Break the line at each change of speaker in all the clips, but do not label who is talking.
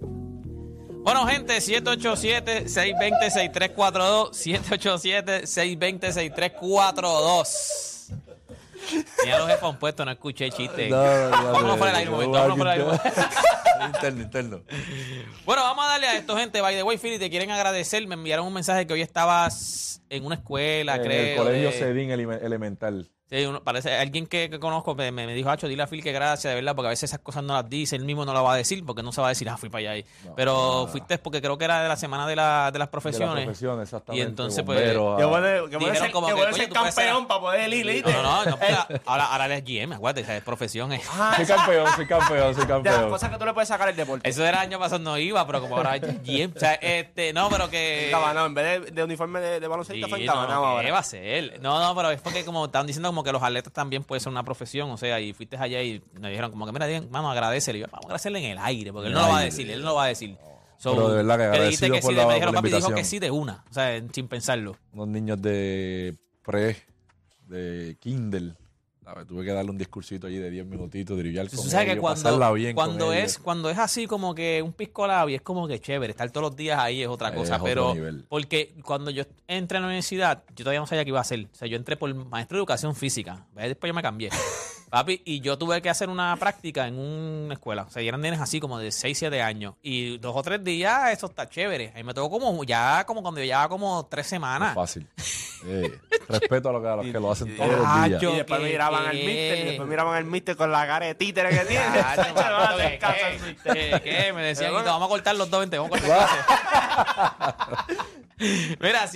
Bueno, gente, 787-620-6342. 787-620-6342. Ya los he compuesto, no escuché el chiste. vámonos fuera del aire un momento, vámonos fuera del aire un momento.
Interno, interno.
Bueno, vamos a darle a esto, gente. By the way, Philly, te quieren agradecer. Me enviaron un mensaje que hoy estabas en una escuela,
En
creo.
el colegio
de-
Sedín elime- Elemental.
Sí, uno- parece alguien que, que conozco me, me dijo, Hacho, dile a Phil que gracias, de verdad, porque a veces esas cosas no las dice, él mismo no las va a decir, porque no se va a decir, ah, fui para allá ahí. Pero fuiste porque creo que era de la semana de, la- de las
De la
profesiones.
profesión, exactamente.
Y entonces, pues,
bomberos,
Que
ah,
puede, que puede
Dijeron
ser,
como
que
que,
puede
coño,
ser
tú puedes ser-
campeón para poder ir, ¿viste?
no, no, no,
Eh,
pero ahora, ahora eres GM, acuérdate, ¿sabes? profesión. eh.
Soy campeón, soy campeón, soy
De las
campeón.
cosas que tú le puedes sacar el deporte.
Eso era año pasado, no iba, pero como ahora es GM. O sea, este, no, pero que.
Entabanado, en vez de, de uniforme de, de baloncesto, fue
Sí,
entabanado
no, ¿qué va
ahora.
a ser? No, no, pero es porque como están diciendo como que los atletas también puede ser una profesión, o sea, y fuiste allá y nos dijeron como que, mira, digan, vamos a agradecerle. Y yo, vamos a agradecerle en el aire, porque él no lo va a decir, él no lo va a decir. So,
Pero de verdad que
le dijiste
agradecido
que
por
sí,
la-
me dijeron,
por la
papi, dijo que
invitación".
sí de una, o sea, sin pensarlo.
Unos niños de pre, de Kindle. ¿sabes? Tuve que darle un discursito allí de 10 minutitos, drillar con
Tú sabes que
ellos,
cuando,
pasarla bien con
cuando,
ellos.
es, cuando es así como que un pisco labio es como que chévere, estar todos los días ahí es otra
Es
cosa,
otro
pero
nivel.
porque cuando yo entré a la universidad, yo todavía no sabía qué iba a hacer, o sea, yo entré por maestro de educación física, ¿ves? después yo me cambié, papi, y yo tuve que hacer una práctica en una escuela, o sea, y eran nenes así como de 6, 7 años, y dos o tres días eso está chévere, ahí me tocó como ya, como cuando yo llevaba como tres
No
semanas.
es fácil. Eh, respeto a, lo que, a los que lo hacen todos
Ah,
los días.
yo-
Y después
¿Qué?
miraban al
¿Qué?
mister, y después miraban al mister con la cara de títere que tiene.
Ah, no,
Chacho, no va a hacer
¿qué?
caso al mister.
¿Qué? ¿Qué? Me decían,
Pero bueno.
"Guito, vamos a cortar los dos, vente, vamos a cortar clases. Mira,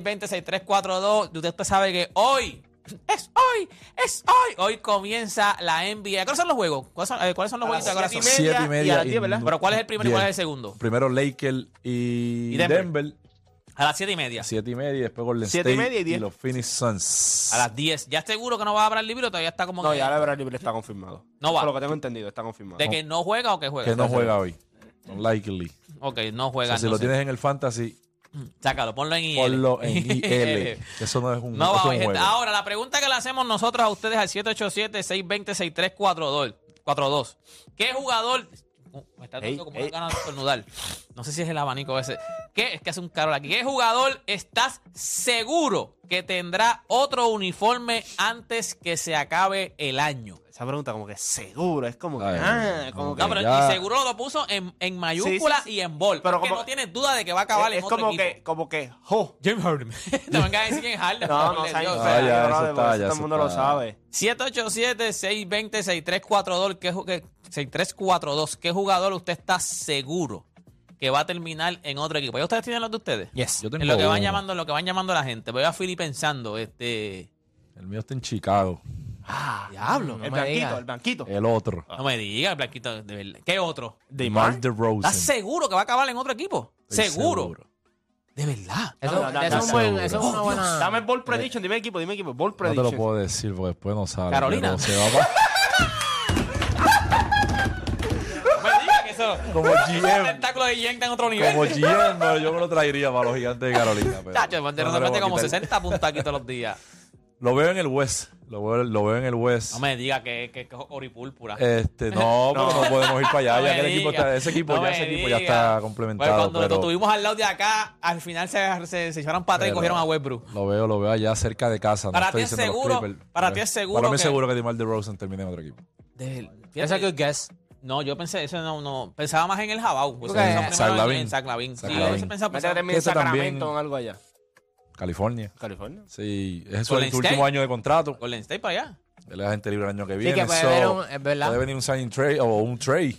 787-620-6342. Usted sabe que hoy, es hoy, es hoy. Hoy comienza la NBA. ¿Cuáles son los juegos? ¿Cuáles son, eh, ¿cuáles son los
A
juegos
las
de corazón?
siete
Siete y
media y a
media.
las diez, ¿verdad?
Pero ¿cuál es el primero y cuál es el
diez.
segundo?
Primero Lakers y,
Y Denver.
Denver.
A las 7 y media.
7 y media, y después Golden
Siete y
State
media y diez.
los Phoenix Suns.
A las 10. ¿Ya seguro que no va a hablar el libro? Todavía está como
No,
que,
ya la verdad libre está confirmado.
No va.
Por lo que tengo entendido, está confirmado.
de que no juega o que juega.
que no juega hoy. Unlikely.
Ok, no
O
juega.
sea, si lo
entonces.
tienes en el fantasy,
Sácalo, ponlo en IL.
ponlo en IL. Eso no es un,
No,
eso
va,
es un
gente. Ah.
juego.
Ahora, la pregunta que le hacemos nosotros a ustedes al 787-620-6342. ¿Qué jugador. Uh, me está dando
Ey,
como
ey.
una gana de estornudar. No sé si es el abanico ese. ¿Qué? Es que hace un carol aquí. ¿Qué jugador estás seguro que tendrá otro uniforme antes que se acabe el año?
Esa pregunta como que seguro, es como que...
Ay,
ah,
no,
como que...
No, pero
Ya.
y seguro lo puso en, en mayúscula
Sí, sí,
y en bol.
Pero
Pero
como-
no tienes duda de que va a acabar
es
en otro
como
equipo.
que, como que, jo.
James Harden. Te van a decir que es Harden.
No,
por
no,
favor,
Sainz,
Dios.
Ah, ya,
espera, brother,
eso
porque
está, ya,
Todo el
eso
mundo lo
está.
sabe.
787-620-6342. ¿Qué, ju- qué- 6342, ¿Qué jugador usted está seguro que va a terminar en otro equipo? ¿Ya ustedes tienen los de ustedes?
Yo tengo
En lo que van
uno.
llamando, en lo que van llamando la gente. Voy a Philly pensando, este.
El mío está en Chicago.
Diablo, no
el
me
blanquito,
diga.
el blanquito.
El otro.
No me diga, Blanquito, Ah. de verdad. ¿Qué otro?
DeMar DeRozan.
¿Estás seguro que va a acabar en otro equipo?
Estoy
¿Seguro? De verdad.
Eso,
Dame, dame,
eso es un
dame.
buen- eso es una
Oh,
buena.
Dame el ball prediction, dime equipo, dime equipo, ball
No te lo
prediction.
puedo decir porque después no sale.
Carolina.
pero se va pa-
No me diga que eso.
Como
El
GM.
espectáculo de Yen está en otro nivel.
Como GM, no, yo me lo traería para los gigantes de Carolina. pero
Chacho, de
no se lo
repente
voy a
como
quitar.
60 puntos aquí todos los días.
Lo veo en el West. Lo veo, lo veo en el West.
No me diga que que- que es oripúrpura.
Este, no,
No.
pero no podemos ir para allá.
No
ya
me
que el equipo
diga,
está- ese equipo,
no
ya,
me
ese equipo
diga.
ya está
Pues
complementado.
cuando
pero
lo tuvimos al lado de acá, al final se, se, se echaron para atrás y
pero
cogieron a Westbrook.
Lo veo, lo veo allá cerca de casa. no
Para
estoy
ti es
diciendo los
seguro-
Clippers,
para
pero
ti es seguro
Para mí
que-
es seguro que DeMar DeRozan termine en otro equipo.
De-
That's a
fíjate,
good guess.
no, yo pensé, eso no, no. Pensaba más en el Jabau. Pues,
Creo que-
pensaba primero
Zach
en-
Lavin.
en Zach Lavin.
Zach
Sí, yo hubiese
Lavin.
pensado,
Métete
pensaba-
también en
Ese también-
Sacramento o en algo allá.
California.
California.
Sí, es su
Golden
su
State.
último año de contrato.
Golden State para allá.
Él es agente libre el año que
Sí,
viene.
que puede
so,
haber un. Es
puede
verdad.
venir un signing trade o un trade,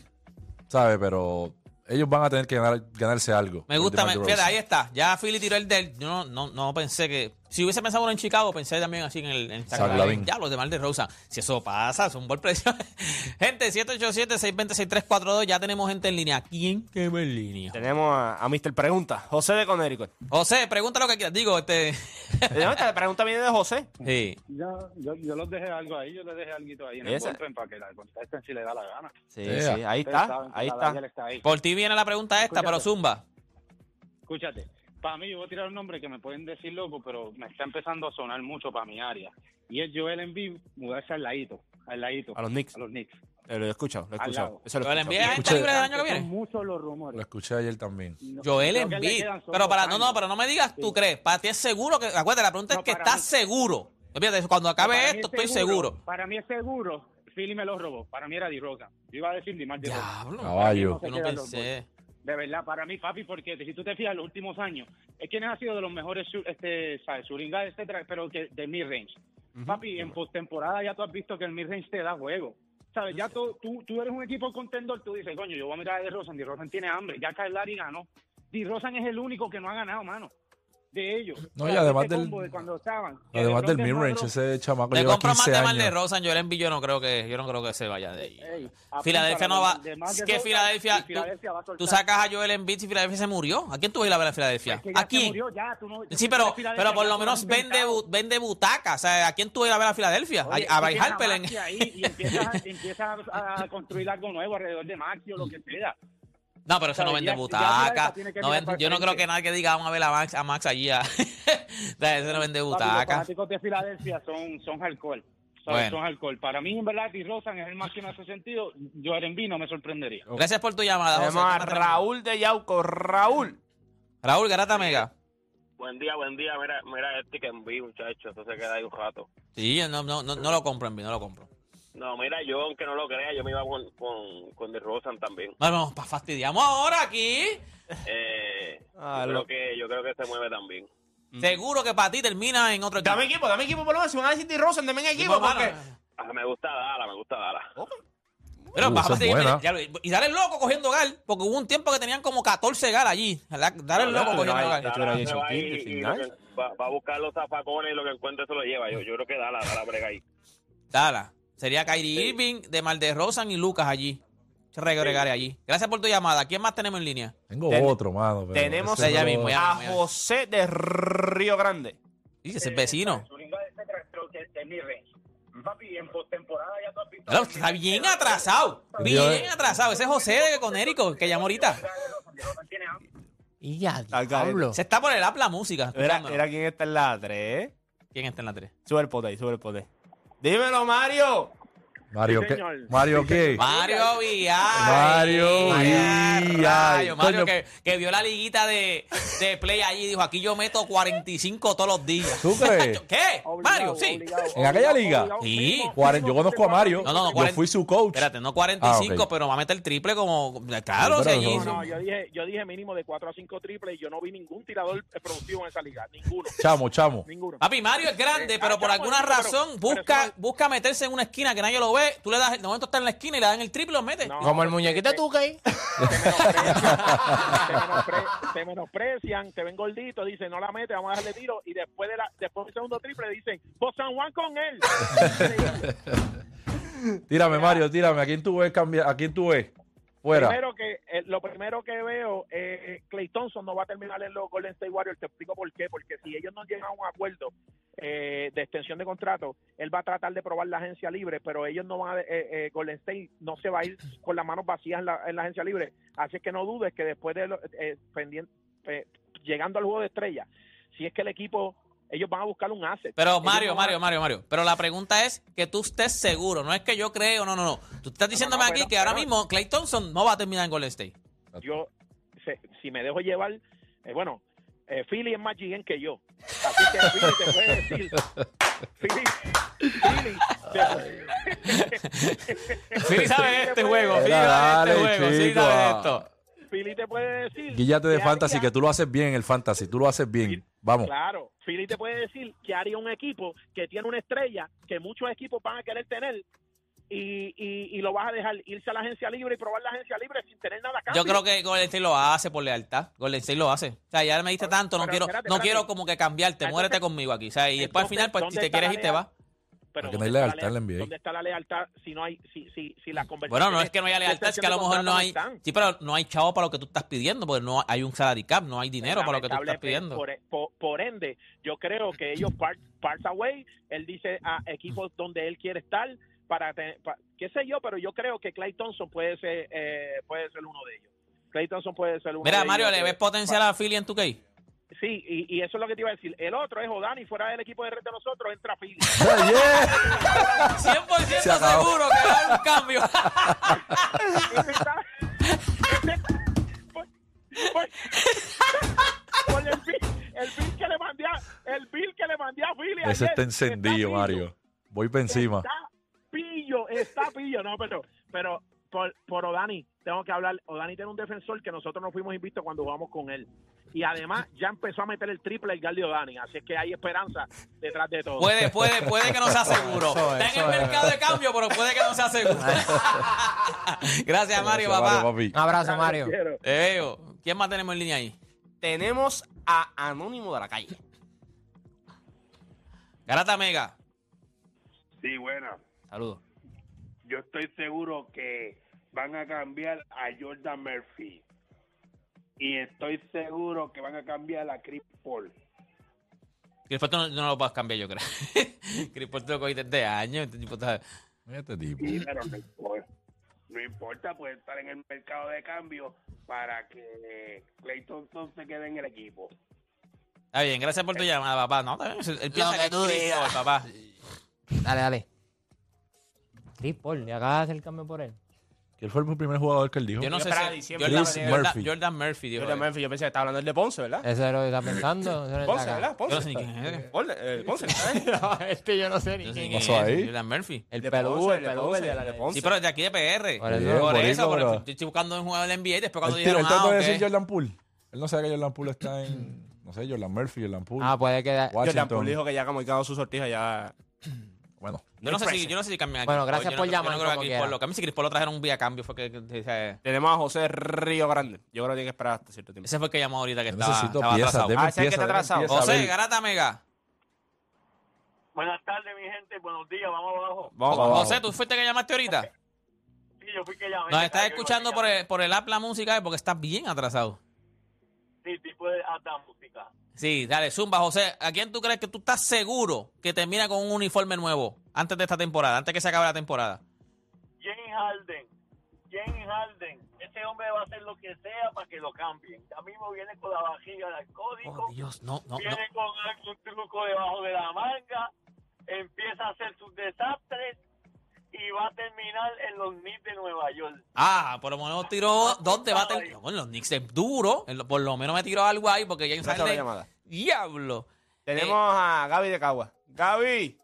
¿sabes? Pero ellos van a tener que ganar- ganarse algo.
Me
por
gusta, me,
DeMar
fíjate,
DeRozan.
ahí está. Ya Philly tiró el del. Yo no, no, no pensé que. Si hubiese pensado uno en Chicago, pensé también así en el. En
Zach Lavin.
Ya, los demás de Rosa. Si eso pasa, es un buen precio. gente, 787-620-6342. Ya tenemos gente en línea. ¿Quién que va en línea?
Tenemos a, a Mr. Pregunta, José de Connecticut.
José, pregunta lo que quieras. Digo, este.
Eh, no, La pregunta viene de José.
Sí.
Yo, yo, yo los dejé algo ahí, yo les dejé algo ahí en el
Esa.
bullpen para que la contesten si le da la gana.
Sí,
Ea.
sí, ahí
Ustedes
está,
saben que
ahí
la
está.
Daniel está ahí.
Por ti viene la pregunta esta,
Escúchate.
pero Zumba.
Escúchate, para mí yo voy a tirar un nombre que me pueden decir loco, pero me está empezando a sonar mucho para mi área. Y es Joel Embiid mudarse al ladito, al ladito,
A los Knicks.
a los Knicks.
Eh, lo he escuchado, lo he
Al
escuchado.
lado.
Eso lo he
Pero le
escuchado.
envía gente
Escuché.
libre este del año que
Son
viene.
muchos los
Lo
rumores.
escuché ayer también.
No,
Joel
creo que le
Embiid.
quedan solo
Pero para, no,
dos
no,
años.
pero no me digas, tú crees. Para ti es seguro que. Acuérdate, la pregunta
No,
es que
para
estás
mí-
seguro. Fíjate, cuando acabe
Para mí
esto,
es
estoy seguro.
Para mí es seguro, Philly me lo robó. Para mí era DeRozan. Yo iba a decir DeMar DeRozan.
Diablo.
Caballo.
Yo no
Se quedan los
pensé.
De verdad, para mí, papi, porque si tú te fijas, los últimos años, es quien ha sido de los mejores, shoot- este, ¿sabes? Shootingas, etcétera, pero que de mid-range. Papi, en postemporada ya tú has visto que el mid-range te da juego. ¿Sabes? Ya tú, tú, tú eres un equipo contendor, tú dices, coño, yo voy a mirar a DeRozan, DeRozan tiene hambre, ya Kyle Lowry ganó. DeRozan es el único que no ha ganado, mano, de ellos.
No,
O
y
sea,
además
este
del-
combo de cuando estaban, que
Además del
DeRozan
midrange,
no-
ese chamaco
Le
Pues lleva
compro más
15
de Mar de
años.
Rosa, yo Embiid, yo no creo que, yo no creo que se vaya de ahí.
Ey, apunta
Filadelfia
la
no va.
de- de más
Es
de
que
Rosa,
Filadelfia.
y
tú-
Filadelfia va a
Tú
soltar.
sacas a Joel Embiid si Filadelfia se murió. ¿A quién tú vas a ir a ver a Filadelfia?
Que ya
¿A
se
quién?
murió, ya, tú no-
Sí, pero,
Filadelfia
pero por
ya
lo
tú no has
menos vende,
inventado.
bu- vende butacas. O sea, ¿a quién tú vas a ir a ver a Filadelfia?
Oye,
a a
tú
Bryce
tienes
Harper. en-
Maxi ahí y empiezas, empiezas a, a construir algo nuevo alrededor de Maxi o lo que sea.
No, pero eso no
Sabes,
vende
ya- ya
butacas.
Filadelfia tiene que
no
mirar
vende-
para
yo no creo
frente.
que nadie que diga vamos a ver a Max, a Max allí. a- O sea, eso no vende
Papi, los
butacas.
fanáticos de Filadelfia son, son alcohol.
Bueno.
Son alcohol. Para mí, en verdad, y Rosan es el más que me hace sentido. Yo en vino me sorprendería.
Gracias por tu llamada, José.
Tenemos a
Tómate-
Raúl de Yauco. Raúl.
Raúl Garata Mega.
Buen día, buen día. Mira, mira este que envío, muchacho. Eso se queda ahí un rato.
Sí, yo no, no, no, no lo compro, Embiid, no lo compro.
No, mira, yo, aunque no lo crea, yo me iba con, con, con The Rosan también.
Vamos, pa fastidiamos ahora aquí.
Eh,
Ah,
yo,
lo-
creo que, yo creo que se mueve también.
Seguro que para ti termina en otro equipo.
Mm. Dame equipo, dame equipo por lo menos. Si van a decir Rosen, dame equipo.
Sí, mano.
Porque...
Ah, me gusta Dala, me gusta Dala.
Pero
Uh,
vas a
esa es
seguir-
buena.
ya lo- y dale el loco cogiendo gal, porque hubo un tiempo que tenían como 14 gal allí. La- Dale el
No,
loco
no,
cogiendo
no,
gal.
esto era
Dala se
Jason
va
Kidd,
ahí
el
y
final.
lo que- va, va a buscar los zafacones y lo que encuentre se lo lleva. Yo, yo creo que Dala, Dala brega ahí.
Dala. Sería Kyrie Irving, de Mal de Rosan y Lucas allí. Se regregaré allí. Gracias por tu llamada. ¿Quién más tenemos en línea?
Tengo
Ten-
otro, mano. pero
Tenemos
ese
allá
no-
mismo, ya.
a José de Río Grande.
Dice,
Eh,
es el vecino.
Papi, en postemporada ya tú has visto.
Claro, está bien atrasado.
eh.
Bien atrasado. Ese es José de Conérico, que llamó ahorita.
Y ya,
Al garete.
diablo.
Se está por el app la música.
Era,
escuchándonos.
era quien está en la 3.
¿Quién está en la 3?
Sube el pote ahí, sube el pote. Dímelo, Mario.
Mario,
Sí,
¿qué?
señor.
Mario, ¿qué?
Mario Villar.
Mario
Mario,
Villar.
rayo, Mario
Coño.
que, que vio la liguita de, de play allí y dijo, aquí yo meto 45 todos los días.
¿Tú crees?
¿Qué? Mario, sí.
¿En aquella liga?
Sí.
Cuaren- yo conozco a Mario.
No, no, no,
yo
cuaren-
fui su coach.
Espérate, no 45,
Ah, ok.
pero va a meter el triple como... Claro,
Sí,
si
pero
allí...
no,
No, yo dije, yo dije mínimo de 4 a 5 triples y yo no vi ningún tirador eh, productivo en esa liga. Ninguno.
Chamo, chamo.
Ninguno.
Papi, Mario es grande,
Eh,
pero
ah,
por
yo
alguna
conozco,
razón
pero- pero
busca,
eso
busca meterse en una esquina que nadie lo ve. Tú le das, el de momento está en la esquina y le dan el triple y lo mete.
No,
Como el
porque
muñequito
te-
tú, ¿qué?
Te menosprecian, te, menospre- te menosprecian, te ven gordito, dicen no la mete, vamos a darle tiro. Y después de la, después del segundo triple dicen, vos San Juan con él.
Tírame, Mario, tírame. ¿A quién tú ves cambiar? ¿A quién tú ves? Fuera.
primero que, eh, lo primero que veo, eh, eh, Clay Thompson no va a terminar en los Golden State Warriors. Te explico por qué. Porque si ellos no llegan a un acuerdo eh, de extensión de contrato, él va a tratar de probar la agencia libre, pero ellos no van a, eh, eh, Golden State no se va a ir con las manos vacías en la, en la agencia libre. Así es que no dudes que después de lo- eh, pendien- eh, llegando al juego de estrella, si es que el equipo, ellos van a buscar un asset.
Pero
Ellos
Mario,
no van a-
Mario, Mario, Mario. Pero la pregunta es que tú estés seguro. No es que yo creo, no, no, no. Tú estás diciéndome
no,
aquí
pero-
que ahora
pero-
mismo Clay Thompson no va a terminar en Golden State.
yo se- si me dejo llevar, eh, bueno, eh, Philly es más gigante que yo. Así que Philly te puede decir. Philly, Philly, te-
Philly sabe de este
Era,
juego. Philly
Era,
sabe de
dale,
este juego. Philly
chico,
sabe de
ah.
esto.
Philly te puede decir.
Guillate de
qué
fantasy,
haría-
que tú lo haces bien en el fantasy, tú lo haces bien. Vamos.
Claro, Philly te puede decir que haría un equipo que tiene una estrella que muchos equipos van a querer tener y, y, y lo vas a dejar irse a la agencia libre y probar la agencia libre sin tener nada a cambio.
Yo creo que Golden State lo hace por lealtad. Golden State lo hace. O sea, ya me diste
Pero-
tanto, no
pero
quiero,
espérate,
no
espérate.
quiero como que cambiarte,
Entonces-
muérete conmigo aquí. O sea, y después al
entonces,
final, pues si
¿dónde
te
está
quieres
la
ir, te vas.
Pero
Porque no hay
¿dónde está
lealtad en la NBA?
¿Dónde está la lealtad si no hay si, si, si la conversación
Bueno, no es que no haya lealtad, es que a lo mejor no hay. Sí, pero no hay chavo para lo que tú estás pidiendo, porque no hay un salary cap, no hay dinero para lo que tú estás
Lamentable,
pidiendo.
Por, por- por ende, yo creo que ellos part, parts away, él dice a equipos donde él quiere estar, para, te- pa- qué sé yo, pero yo creo que Clay Thompson puede ser, eh, puede ser uno de ellos. Clay Thompson puede ser uno
Mira,
de
Mario,
ellos.
¿le ves potencial a Philly en 2K?
Sí, y, y eso es lo que te iba a decir. El otro es Odani, fuera del equipo de red de nosotros, entra Philly.
100%
Se acabó.
seguro que va a haber un cambio.
Ese está- ese- por- por- por el, bill, el bill que le mandé a, el bill que le mandé a Philly
Ese
ayer,
está encendido,
pillo,
Mario. Voy para encima.
Está pillo, está pillo, no, pero, pero por, por Odani, tengo que hablar. Odani tiene un defensor que nosotros no fuimos invistos cuando jugamos con él. Y además ya empezó a meter el triple el Gal de Odani, así es que hay esperanza detrás de todo.
Puede, puede, puede que no sea seguro.
Eso
Está
es,
en
eso
el
es.
mercado de cambio, pero puede que no sea seguro. Gracias, Mario, papá.
papi.
Un
Ah.
abrazo,
Claro,
Mario.
quiero.
Eh, yo, ¿Quién más tenemos en línea ahí?
Tenemos a Anónimo de la calle.
Garata Mega.
Sí, buena.
Saludos.
Yo estoy seguro que van a cambiar a Jordan Murphy. Y estoy seguro que van a cambiar a Chris Paul.
Chris Paul, tú no, no lo vas a cambiar, yo creo. Chris Paul, tú lo cogiste de años. este tipo está-
Mira este tipo.
Sí, pero no importa. No importa, puede estar en el mercado de cambio para que Clay Thompson se quede en el equipo.
Está bien, gracias por tu llamada, papá. No, está bien, él piensa
Eh. que
que es
tú
Chris
digas.
Paul, papá.
Dale, dale. Chris Paul, le acabas el cambio por él.
¿Quién fue el primer jugador que él dijo?
Yo no sé
Para
si.
diciembre.
Jordan,
Chris
Jordan,
Murphy.
Jordan Murphy, dijo.
Yo también fui- yo pensé que estaba hablando el de Ponce, ¿verdad?
Eso es lo que está pensando. eso es lo que
Ponce,
está acá.
¿verdad?
Yo no sé
Ponce.
ni quién es.
Ponce, eh, Ponce, ¿verdad?
No, este yo no sé ni
Yo no sé
quién
quién
es.
pasó
es,
ahí?
Jordan Murphy.
El
De
pelú,
Ponce,
el
de
pelú,
Ponce,
el de la
de
Ponce.
Ponce.
Sí, pero de aquí de PR.
Por
Por
eso.
eso,
Bien,
por
boricua,
eso
bro.
porque estoy buscando un jugador del NBA. Después cuando
Él, él
dijeron,
trató
ah,
de decir
ok.
Jordan Poole. Él no sabe que Jordan Poole está en, no sé, Jordan Murphy, Jordan Poole.
Ah, puede que.
Jordan
Washington.
Poole dijo que ya como quedado su sortija ya.
Bueno,
Yo no, sé si,
Impressive.
yo no sé si cambian aquí.
Bueno, gracias
Yo
por
no,
llamar,
Yo no creo
como
que
quiera.
Chris Paul lo cambie. Si Chris Paul lo trajeron un vía cambio, fue que. que- ese-
Tenemos a José Río Grande. Yo creo que tiene que esperar hasta cierto tiempo.
Ese fue el que llamó ahorita que
yo
estaba,
necesito
estaba
piezas.
atrasado.
deme
Ah, ese es el que
piezas,
está
deme
atrasado.
piezas, a
José,
ver.
Garata Mega.
Buenas tardes, mi gente. Buenos días. Vamos abajo.
Vamos para abajo.
José, tú fuiste que llamaste ahorita.
Sí, yo fui que llamé.
Nos
Ay,
estás
yo
escuchando
fui que
por
llamé.
el, por el app La Música eh, porque estás bien atrasado.
Sí, tipo de hasta música.
Sí, dale, zumba, José. ¿A quién tú crees que tú estás seguro que termina con un uniforme nuevo antes de esta temporada, antes que se acabe la temporada?
James Harden. James Harden. Ese hombre va a hacer lo que sea para que lo cambien. Ya mismo viene con la vajilla del código.
Oh, Dios, no, no, no.
viene con algún truco debajo de la manga. Empieza a hacer sus desastres. Y va a terminar en los Knicks de Nueva York.
Ah, por lo menos tiró dos debates. Bueno, los Knicks es duro. en lo- Por lo menos me tiró algo ahí porque James
Gracias por la
Harden.
llamada.
Diablo.
Tenemos a Gaby de Cagua. Gaby.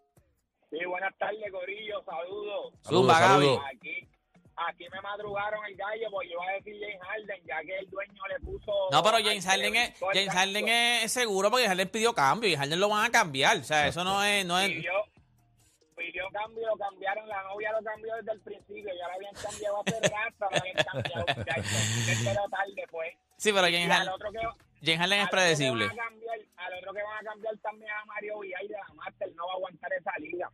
Sí, buenas tardes, Corillo. Saludos.
Zumba,
saludos.
Gaby.
Aquí, aquí me madrugaron el gallo porque yo iba a decir James Harden, ya que el dueño le puso.
No, pero James Harden es,
Al-
James Harden es seguro porque James Harden pidió cambio y Harden lo van a cambiar. O sea, eso no es, no es.
Pidió, pidió cambio, lo cambiaron. La novia lo cambió desde el principio. Ya lo habían cambiado hace rato. Lo habían cambiado. Ya pero tarde, pues.
Sí, pero
Y
James
al
Harden,
otro que.
James Harden
al
es
otro que van a
predecible.
cambiar- Al otro que van a cambiar también a Mario Villay de la Master. No va a aguantar esa liga.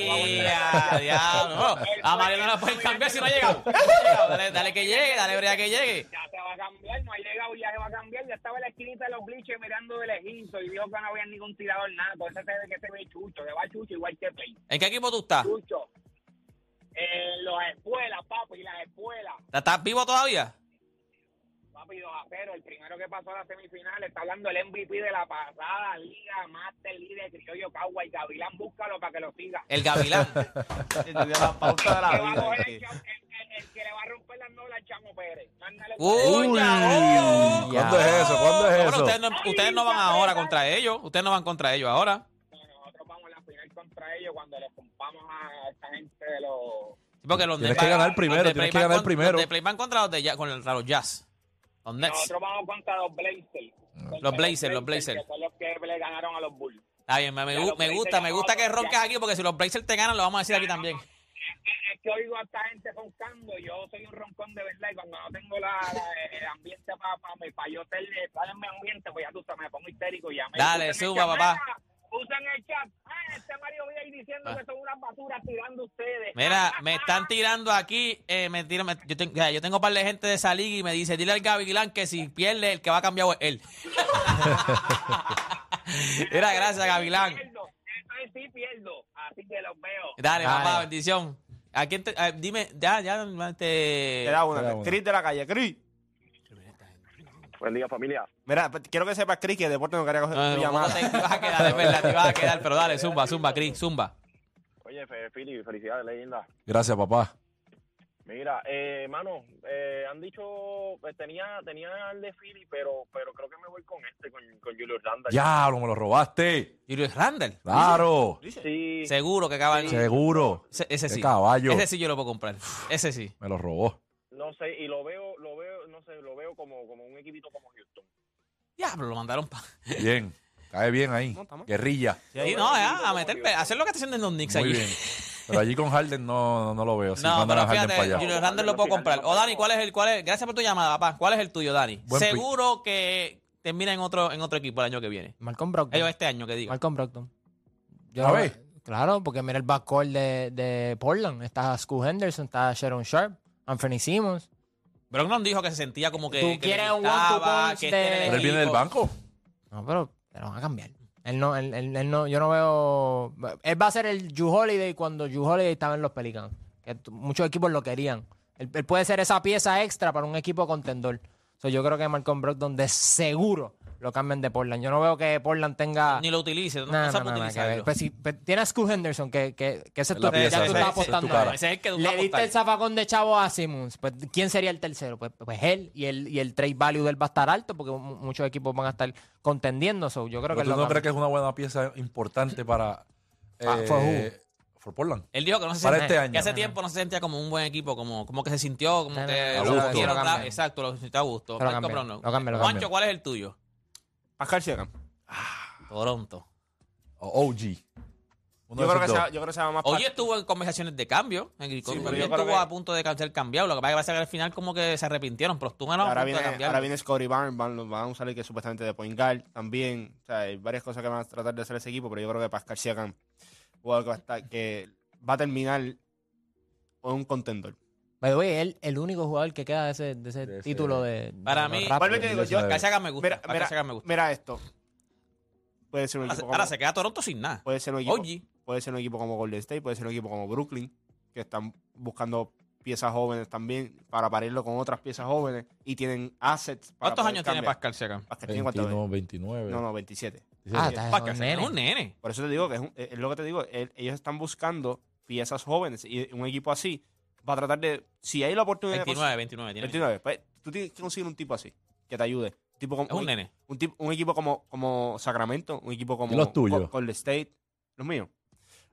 Ya, diablo. No, A Mario no la pueden cambiar si no ha llegado. No ha llegado. Dale, dale que llegue, dale brea que llegue.
Ya se va a cambiar, no ha llegado, ya se va a cambiar. Ya estaba en la esquinita de los glitches mirando de lejito y dijo que no había ningún tirador, nada. Por eso se ve que se ve chucho, se va chucho igual que Pey.
¿En qué equipo tú estás?
Chucho. Eh, las escuelas, papi, las escuelas.
¿Estás vivo todavía?
Papi, 2 a 0, el primero que pasó a la semifinal, está hablando el MVP de la pasada liga, Master League, Criollo Cagua y Gavilán, búscalo para que lo siga.
El Gavilán.
La pauta de la
El que, va a
vida.
coger el,
aquí.
chao- el- el- el que le va a romper las nolas al Chamo Pérez. Mándale
Uy, ya, oh.
¿Cuándo es eso? ¿Cuándo es
Bueno,
eso?
ustedes no, ustedes no van ahora contra ellos. Ustedes no van contra ellos ahora.
Nosotros vamos a la final contra ellos cuando les compamos a esta gente de los...
Sí, porque los
Tienes
de
que
Play-
ganar primero,
los de Play
tienes que
van
ganar
con-
primero.
Los de Play van contra los de Jazz. Contra los jazz. Los Nets.
Nosotros vamos contra los Blazers. Contra
Blazers, los Blazers.
que son los que le ganaron a los Bulls.
Está bien, me, me
Ya
gu-
los
me
Blazers
gusta, me
ya
gusta que
ganaron,
roncas aquí porque si los Blazers te ganan, lo vamos a decir aquí también.
Es que oigo a esta gente roncando. Yo soy un roncón de verdad. Y cuando no tengo la, la- el ambiente para pa, me- pa yo hacerle- para darme ambiente, pues ya tú sabes, me pongo histérico y ya me.
Dale,
usan el
suba,
chat,
papá.
"Mira, Usan el chat. Ah, este Mario viene ahí diciendo
Ah.
que son unas basuras tirando ustedes. Ah,
Mira, me están tirando aquí, eh, me tiran- me- yo, tengo- ya, yo tengo un par de gente de esa liga y me dice, dile al Gavilán que si pierde, el que va a cambiar es él. Mira, gracias, Gavilán.
Pierdo. Entonces sí pierdo. Así que los veo.
Dale,
Dale.
papá, bendición. ¿A quién te- a- dime, ya, ya, te...
Te da una.
te da una.
Cris de la calle, Cris.
Buen día, familia.
Mira, pues, quiero que sepas, Cris, que deporte no quería coger
No,
tu
no, no
llamada.
te te vas a quedar, es verdad, te vas a quedar, pero dale, zumba, zumba, Cris, zumba.
Oye, Fe- Fili, felicidades, leyenda.
Gracias, papá.
Mira, eh, hermano, eh, han dicho, eh, tenía, tenía el de Philly, pero, pero creo que me voy con este, con, con Julio Randall.
Diablo, me lo robaste.
Julius Randall,
Claro.
Sí,
seguro que acaba... Ese,
Seguro.
ese
Qué
sí,
caballo.
ese sí yo lo puedo comprar, ese sí.
Me lo robó.
no sé, y lo veo, lo veo, no sé, lo veo como, como un equipito como Houston.
Diablo, lo mandaron para...
Bien. Cae bien ahí.
No, está mal.
Guerrilla.
Sí, no, ya, a meter, pe- hacer lo que está haciendo en los Knicks
Muy
allí.
bien. Pero allí con Harden no, no, no lo veo. Si
No,
mandan
pero
a Harden
fíjate,
para allá.
Julio Randle lo puedo comprar. O Dani, ¿cuál es el cuál es? Gracias por tu llamada, papá. ¿Cuál es el tuyo, Dani?
Buen pick.
Seguro que termina en otro en otro equipo el año que viene.
Malcolm Brogdon.
Ellos este año que digo.
Malcolm Brogdon. Yo
¿La
lo-
ves?
Claro, porque mira el backcourt de, de Portland. Está Scoot Henderson, está Sharon Sharp, Anthony Simmons.
Brogdon dijo que se sentía como que
Tú
que le
quieres un
gustaba,
one-two punch
que este
de-
era el
Pero él viene del
equipo.
banco.
No, pero, pero van a cambiar. Él no, él, él- él no, yo no veo. Él va a ser el Ju Holiday cuando Ju Holiday estaba en los Pelicans. Que t- muchos equipos lo querían. Él, él puede ser esa pieza extra para un equipo contendor. So, yo creo que Malcolm Brogdon de seguro lo cambian de Portland. Yo no veo que Portland tenga.
Ni lo utilice, no,
No,
no
no,
sabe
no, nada que ver.
utilizarlo.
Pues sí, pues tiene a Scoot Henderson, que, que, que ese
Es
es tu
la
ya
pieza,
tú
ese
estás
es- ese es tu
apostando.
cara.
Ese es el que tú
Le
vas a
diste
apostar.
el zafacón de chavo a Simmons. Pues, ¿Quién sería el tercero? Pues, pues él y el, y el trade value de él va a estar alto porque mu- muchos equipos van a estar contendiendo. So, yo creo
Pero
que
tú
lo
no
cambian.
crees que es una buena pieza importante para. eh,
Ah, for who?
for Portland.
Él dijo que no se
Para
sentía-
este año.
que hace tiempo no se sentía como un buen equipo, como, como que se sintió, como
No, no,
que
no,
no, no,
cogieron
no,
otra-
no.
Exacto, lo sintió a gusto.
Lo cambié,
Marco Brogdon.
lo cambié, lo
Juancho,
cambié.
¿cuál es el tuyo?
Pascal Siakam.
Toronto.
O OG. Uno
Yo
de
creo, que
esos
se,
dos.
va- yo creo que se va más
Oye,
Pascal.
estuvo en conversaciones de cambio. En el-
pero
Oye
yo creo
estuvo
que-
a punto de ca- ser cambiado. Lo que pasa es que al final como que se arrepintieron, pero estuvo ganando a
ahora,
punto de
viene,
cambiarlo.
ahora viene Scotty Barnes, van, los van a usar que es supuestamente de point guard también. O sea, hay varias cosas que van a tratar de hacer ese equipo, pero yo creo que Pascal Siakam, jugador que va a, estar- que va a terminar con un contendor.
By the way, él el único jugador que queda de ese, de ese
De ese-
título de.
Para
de los
mí-
Raptors.
Vuelve y te digo, yo-
Esa de-
Casi haga me gusta.
Mira,
Casi
mira,
haga me gusta.
mira esto. Puede ser un
Ahora se-
equipo
Ahora
como,
se queda Toronto sin nada.
puede ser un equipo,
Oye,
puede ser un equipo como Golden State, puede ser un equipo como Brooklyn, que están buscando piezas jóvenes también para parirlo con otras piezas jóvenes y tienen assets para
¿cuántos
poder
años tiene
cambiar.
Pascal Siakam?
Pascal tiene cuántos
29, 29.
años? No, no, 27.
Ah,
Dice,
está
Pascal
un
Siakam
nene.
es un nene.
Por eso te digo que es, un- eh, es lo que te digo, el- ellos están buscando piezas jóvenes y un equipo así va a tratar de, si hay la oportunidad de
29, 29.
conseguir-
tiene
29, pues, tú tienes que conseguir un tipo así que te ayude. Tipo como,
Es un nene.
un tipo- un equipo como, como Sacramento, un equipo como
¿Y los tuyos?
Col- Golden State, los míos.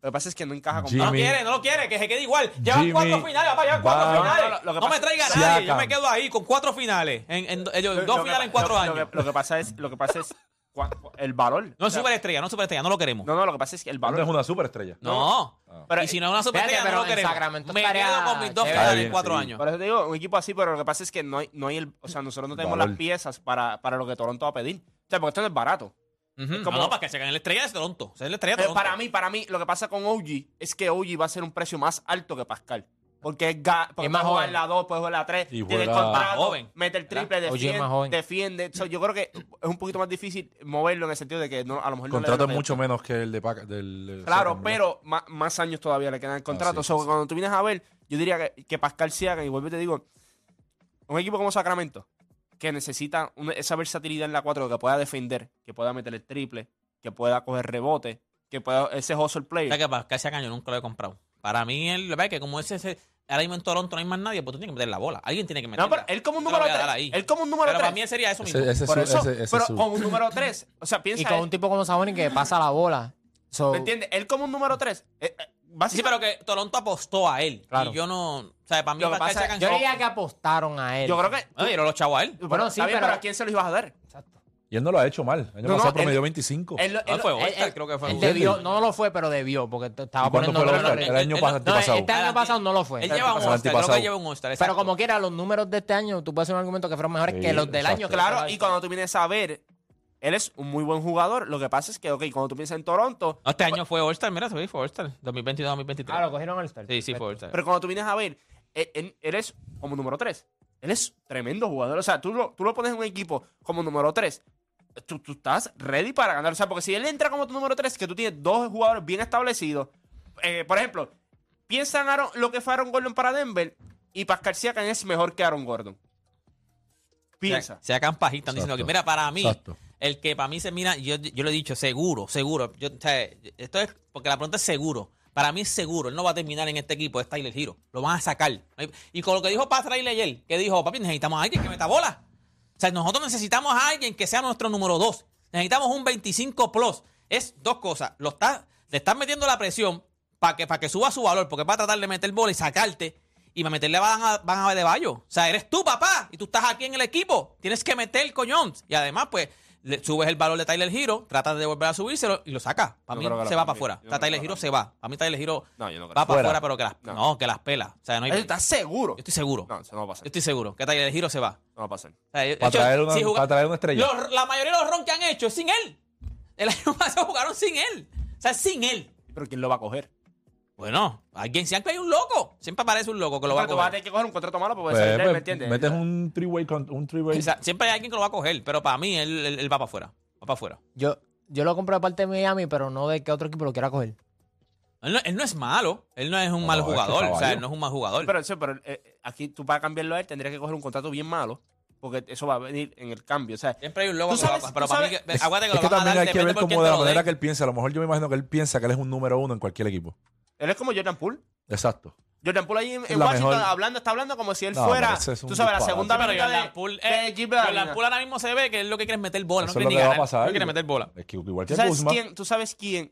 Lo que pasa es que no encaja con
Jimmy.
No lo quiere, no lo quiere, que se quede igual. Llevan
Jimmy
cuatro finales, papá, llevan cuatro
va-
finales.
No, no,
No,
no, lo que
me
pasa-
traiga a nadie, yo
Siakam.
me quedo ahí con cuatro finales. En, en- en-
Lo-
dos
lo que
finales
pa-
en cuatro
lo-
años.
Lo que, lo que pasa es, lo que pasa es cua- el valor.
no
O
es
sea,
superestrella, no es superestrella, no lo queremos. No.
No, no, lo que pasa es que el
Barnes
valor.
es una superestrella. Ah.
Pero-
y si no es una superestrella,
Espérate,
no
pero
lo
en
queremos.
Sacramento
me
estaría
quedo con mis dos
chévere.
finales en
Bien,
cuatro
sí.
años.
Por eso te digo, un equipo así, pero lo que pasa es que no hay, no hay el. O sea, nosotros no tenemos
Valor.
las piezas para, para lo que Toronto va a pedir. O sea, porque esto no es barato.
Ujú.
es como-
No, no, Pascal Siakam es la estrella de Toronto. Es la estrella de
Pero
Toronto.
para mí, para mí, lo que pasa con OG es que OG va a ser un precio más alto que Pascal. Porque es ga- porque
más
puede jugar
joven.
la 2, puede jugar la 3,
Y
tiene el
juega-
Más
contrato,
joven,
mete el triple,
OG es más
defiende,
joven.
defiende. So, yo creo que es un poquito más difícil moverlo en el sentido de que no, a lo mejor
El
no le
contrato es
dan lo que-
mucho menos que el de Pac, del eh,
Claro,
Siakam, ¿verdad?
pero ma- más años todavía le quedan el contrato.
sí,
So,
sí, sí.
Cuando tú vienes a ver, yo diría que, que Pascal Siakam, y vuelvo y te digo, un equipo como Sacramento, que necesita una- esa versatilidad en la 4, que pueda defender, que pueda meter el triple, que pueda coger rebote, que pueda ese hustle
O
player.
sea que Pascal Siakam yo nunca lo he comprado. Para mí, él, la verdad es que como ese, ese- ahora mismo en Toronto no hay más nadie, pues tú tienes que meter la bola. Alguien tiene que meter
No, pero él como un
Yo lo
número
voy a dar
3.
ahí.
Él como un número
para mí
3.
sería eso mismo.
Ese, ese,
Por
su-
eso,
ese- ese
pero
su-
como un número 3. O sea, piensa.
Y con
él-
un tipo como Sabonis que pasa la bola. So,
¿Me entiendes? Él como un número eh, 3.
Sí, pero que Toronto apostó a él.
Claro.
Y yo no. O sea, para mí,
Lo que
para
pasa-
esa
Yo
canción.
diría que apostaron a él.
Yo creo que.
No, dieron los chavos a él.
Bueno, sí,
está bien,
pero-
¿a quién se los ibas a dar?
Exacto.
Y él no lo ha hecho mal. El año
No, no,
pasado
él-
promedió 25.
Él, lo-
No,
él lo-
fue
Él-
All-Star,
él-
creo que fue.
él
All-Star.
debió, no lo fue, pero debió, porque te- estaba
¿Y cuándo
poniendo...
fue el
números
All-Star?
en-
El
él-
año
él-
pas-
no,
antepasado.
este año pasado no lo fue.
Él
Pero-
lleva un
pasado,
All-Star. Creo que
antipasado.
lleva un All-Star.
pero
exacto.
como quiera, los números de este año, tú puedes hacer un argumento que fueron mejores
Sí,
que los del
exacto.
año. que
Claro,
fue el
y cuando tú vienes a ver, él es un muy buen jugador. Lo que pasa es que, ok, cuando tú piensas en Toronto,
No, este año fue All-Star. Mira, sí, fue All-Star. 2022-2023.
Ah, lo cogieron al All-Star.
Sí, sí, fue
Perfecto.
All-Star.
pero cuando tú vienes a ver, él, él- él es como número 3. Él es tremendo jugador. O sea, tú lo, tú lo pones en un equipo como número 3. Tú, tú estás ready para ganar. O sea, porque si él entra como tu número 3, que tú tienes dos jugadores bien establecidos. eh, por ejemplo, piensa en Aaron- lo que fue Aaron Gordon para Denver y Pascal Siakam es mejor que Aaron Gordon. Piensa.
Se hagan pajitas diciendo que,
Exacto.
mira, para mí,
Exacto.
el que para mí se mira, yo, yo lo he dicho, seguro, seguro. Yo, o sea, esto es, porque la pregunta es seguro. Para mí es seguro, él no va a terminar en este equipo, es Tyler Giro. Lo van a sacar. Y con lo que dijo Pat Riley ayer, que dijo, papi, necesitamos a alguien que meta bola. O sea, nosotros necesitamos a alguien que sea nuestro número dos. Necesitamos un 25 plus. Es dos cosas. Lo está, le están metiendo la presión para que, para que suba su valor, porque va a tratar de meter bola y sacarte. Y para meterle van a, van a de Bayo. O sea, eres tú, papá, y tú estás aquí en el equipo. Tienes que meter, coñón. Y además, pues, le subes el valor de Tyler Hero, tratas de volver a subírselo y lo sacas. Para
No
mí
creo que lo
se va para
cambie.
afuera.
Yo
O sea,
no creo
Tyler
que lo
Hero
cambie.
se va. A mí Tyler Hero
No, yo no creo.
va para
Fuera.
afuera, pero que las, no.
No.
que las pela. O sea, no hay...
Eso
Yo
¿Estás seguro?
estoy seguro.
No, eso no va a
Yo
pasar.
estoy seguro que Tyler Hero se va.
No va a pasar.
O sea, de
Para
hecho,
traer una-
si jugá-
para traer una estrella.
Los- la mayoría de los ron que han hecho es sin él. El año pasado jugaron sin él. O sea, sin él.
Pero ¿quién lo va a coger?
Bueno, alguien siempre hay un loco. Siempre aparece un loco que lo va a
Pero tú vas a
coger.
tener que coger un contrato malo porque
Pues,
salir de él,
pues,
¿me entiendes?
metes un three-way. con- Un three-way.
O sea, siempre hay alguien que lo va a coger, pero para mí él, él- él va para afuera. Va para afuera.
Yo, yo lo compré de parte de Miami, pero no de que otro equipo lo quiera coger.
Él no, él no es malo. Él no es un mal
es que
jugador. o sea,
caballo.
él no es un mal jugador.
Pero, sí, pero eh, aquí tú para cambiarlo a él tendrías que coger un contrato bien malo porque eso va a venir en el cambio. O sea,
siempre hay un loco
Tú
que lo va a
sabes-
coger.
tú
Pero para mí,
sabes-
que, acuérdate que
es que
lo van a
también
dar
hay que
depende
ver
por quién
como de
te
la
lo
manera
den.
que él piensa. A lo mejor yo me imagino que él piensa que él es un número uno en cualquier equipo.
él es como Jordan Poole.
Exacto.
Jordan Poole ahí en, en
la
Washington
mejor.
hablando, está hablando como si él
No,
fuera,
pero ese es un
tú sabes, la
disparate.
segunda
Pero
mitad
Jordan
de,
Poole,
de
eh,
Jimmy
Jordan
Butler.
Poole ahora mismo se ve que él lo que quiere es meter bola.
Eso
no quiere
es lo
ni
que va a
ganar.
pasar.
No quiere meter bola.
Es que igual que
¿Tú sabes,
Kuzma.
quién, tú sabes quién,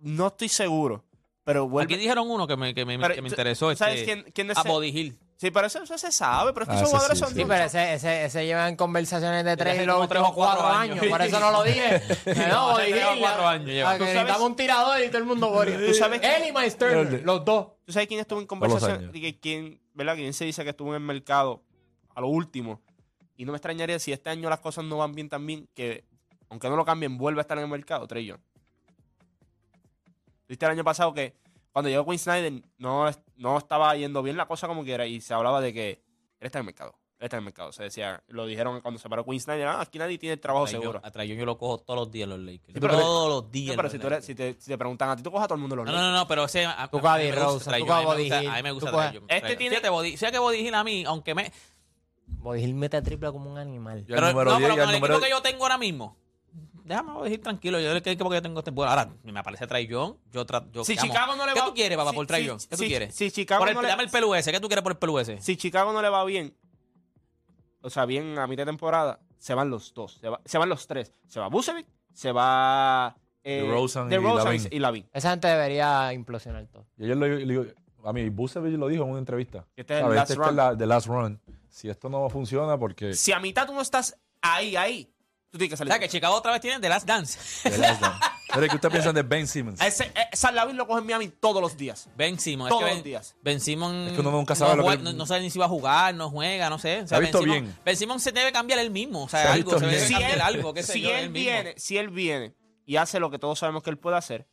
no estoy seguro, pero
Aquí
vuelve.
dijeron uno que me, que me,
Pero,
que me
¿tú-
interesó.
tú ¿Sabes
este,
quién, quién es
A
ese?
Body Hill.
Sí, pero eso, eso se sabe, pero es que
Ah,
esos
ese
jugadores
sí,
son...
sí.
Sí, pero ese, ese, ese lleva en conversaciones de tres
hace
y los
como tres o
últimos
cuatro
cuatro años.
años.
Por eso no lo dije. No,
Hace tres o cuatro años lleva.
Tú sabes-
Dame un tirador y todo el mundo Boris.
Tú sabes-
Él y Miles Turner, los dos.
¿Tú sabes quién estuvo en
los
conversación?
años.
Y que quién, ¿verdad? ¿Quién se dice que estuvo en el mercado a lo último? Y no me extrañaría si este año las cosas no van bien tan bien que, aunque no lo cambien, vuelva a estar en el mercado, Trey Young. ¿Viste el año pasado que cuando llegó Quinn Snyder no, es- no estaba yendo bien la cosa como que era y se hablaba de que él está en el mercado, él está en el mercado. Se decía, lo dijeron cuando se paró Quinn Snyder, ah, aquí nadie tiene trabajo
Trae yo-
seguro.
a Trae yo, yo lo cojo todos los días en los Lakers.
Sí, pero-
todos los días.
No,
en
pero
los
si, tú eres-
Lakers.
si te, si te preguntan a ti, tú coges a todo el mundo los
no,
Lakers.
no, no, pero ese. a-
Tú
a-
coges
a mí me
Buddy
gusta
Rose,
Trae
tú
Young,
coges
a mí me gusta-
Buddy Hill,
A mí me gusta
tú coges-
Trae Young,
Este
Trae Young.
tiene-
Fíjate, Body- fíjate que Body Hill a mí, aunque me.
Boris Hill mete triple como un animal.
Y al
pero-
número
no,
10
pero
y
con
al
el
número-
equipo que yo tengo ahora mismo. Déjame Body Hill tranquilo. Yo el equipo que yo tengo este. Bueno, ahora me aparece Trae Young. Yo, tra- yo
Si
llamo.
Chicago no le
¿Qué
va-
tú quieres, papá,
si-
por Trae
si-
Young? ¿Qué
si-
tú quieres?
si Chicago
Por el,
no le-
Dame el PLUS. ¿Qué tú quieres por el PLUS?
si Chicago no le va bien, o sea, bien a mitad de temporada, se van los dos. Se, va- se van los tres. Se va Bucevic, se va. Eh,
DeRozan y
DeRozan
Lavin.
y Lavin.
Esa gente debería implosionar todo.
Y ayer le, le digo- a mí, Busevich lo dijo en una entrevista.
Este es el
¿Sabes?
last
este es
run.
la- the last run. Si esto no funciona, porque.
Si a mitad tú no estás ahí, ahí, tú tienes que
O
salir.
sea, que Chicago otra vez tiene The Last Dance.
the last run. Pero es que usted piensa de Ben Simmons.
A ese, eh, San Lavin lo coge en Miami todos los días.
Ben Simon.
Todos
es que
los
ben,
días.
Ben Simon.
Es que uno nunca sabe
no
lo
juega-
que-
no, no sabe ni si va a jugar, no juega, no sé. O sea,
ha
ben
visto
Simon-
bien.
Ben Simon se debe cambiar él mismo. O
Se
sea,
ha
algo.
visto
Se debe
bien.
Si
cambiar
él,
algo. qué sé
si
yo,
él
mismo.
viene, si él viene y hace lo que todos sabemos que él puede hacer,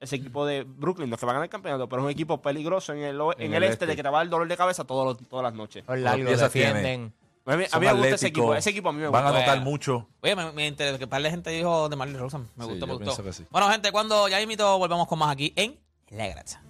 ese equipo de Brooklyn no es que va a ganar el campeonato, pero es un equipo peligroso en el, o- en
En
el
el
este, de que te va a dar dolor de cabeza todos los- todas las noches.
Los largos
piezas
defienden.
A mí, a
Son
mí me gusta ese
atléticos,
equipo. Ese equipo a mí me gusta.
Van a anotar
Bueno.
mucho.
Oye, me, me interesó que un par de gente dijo de Marley Rosa. Me
Sí,
gustó, me gustó.
yo pienso que sí.
Bueno, gente, cuando ya invito, volvemos con más aquí en La Grata.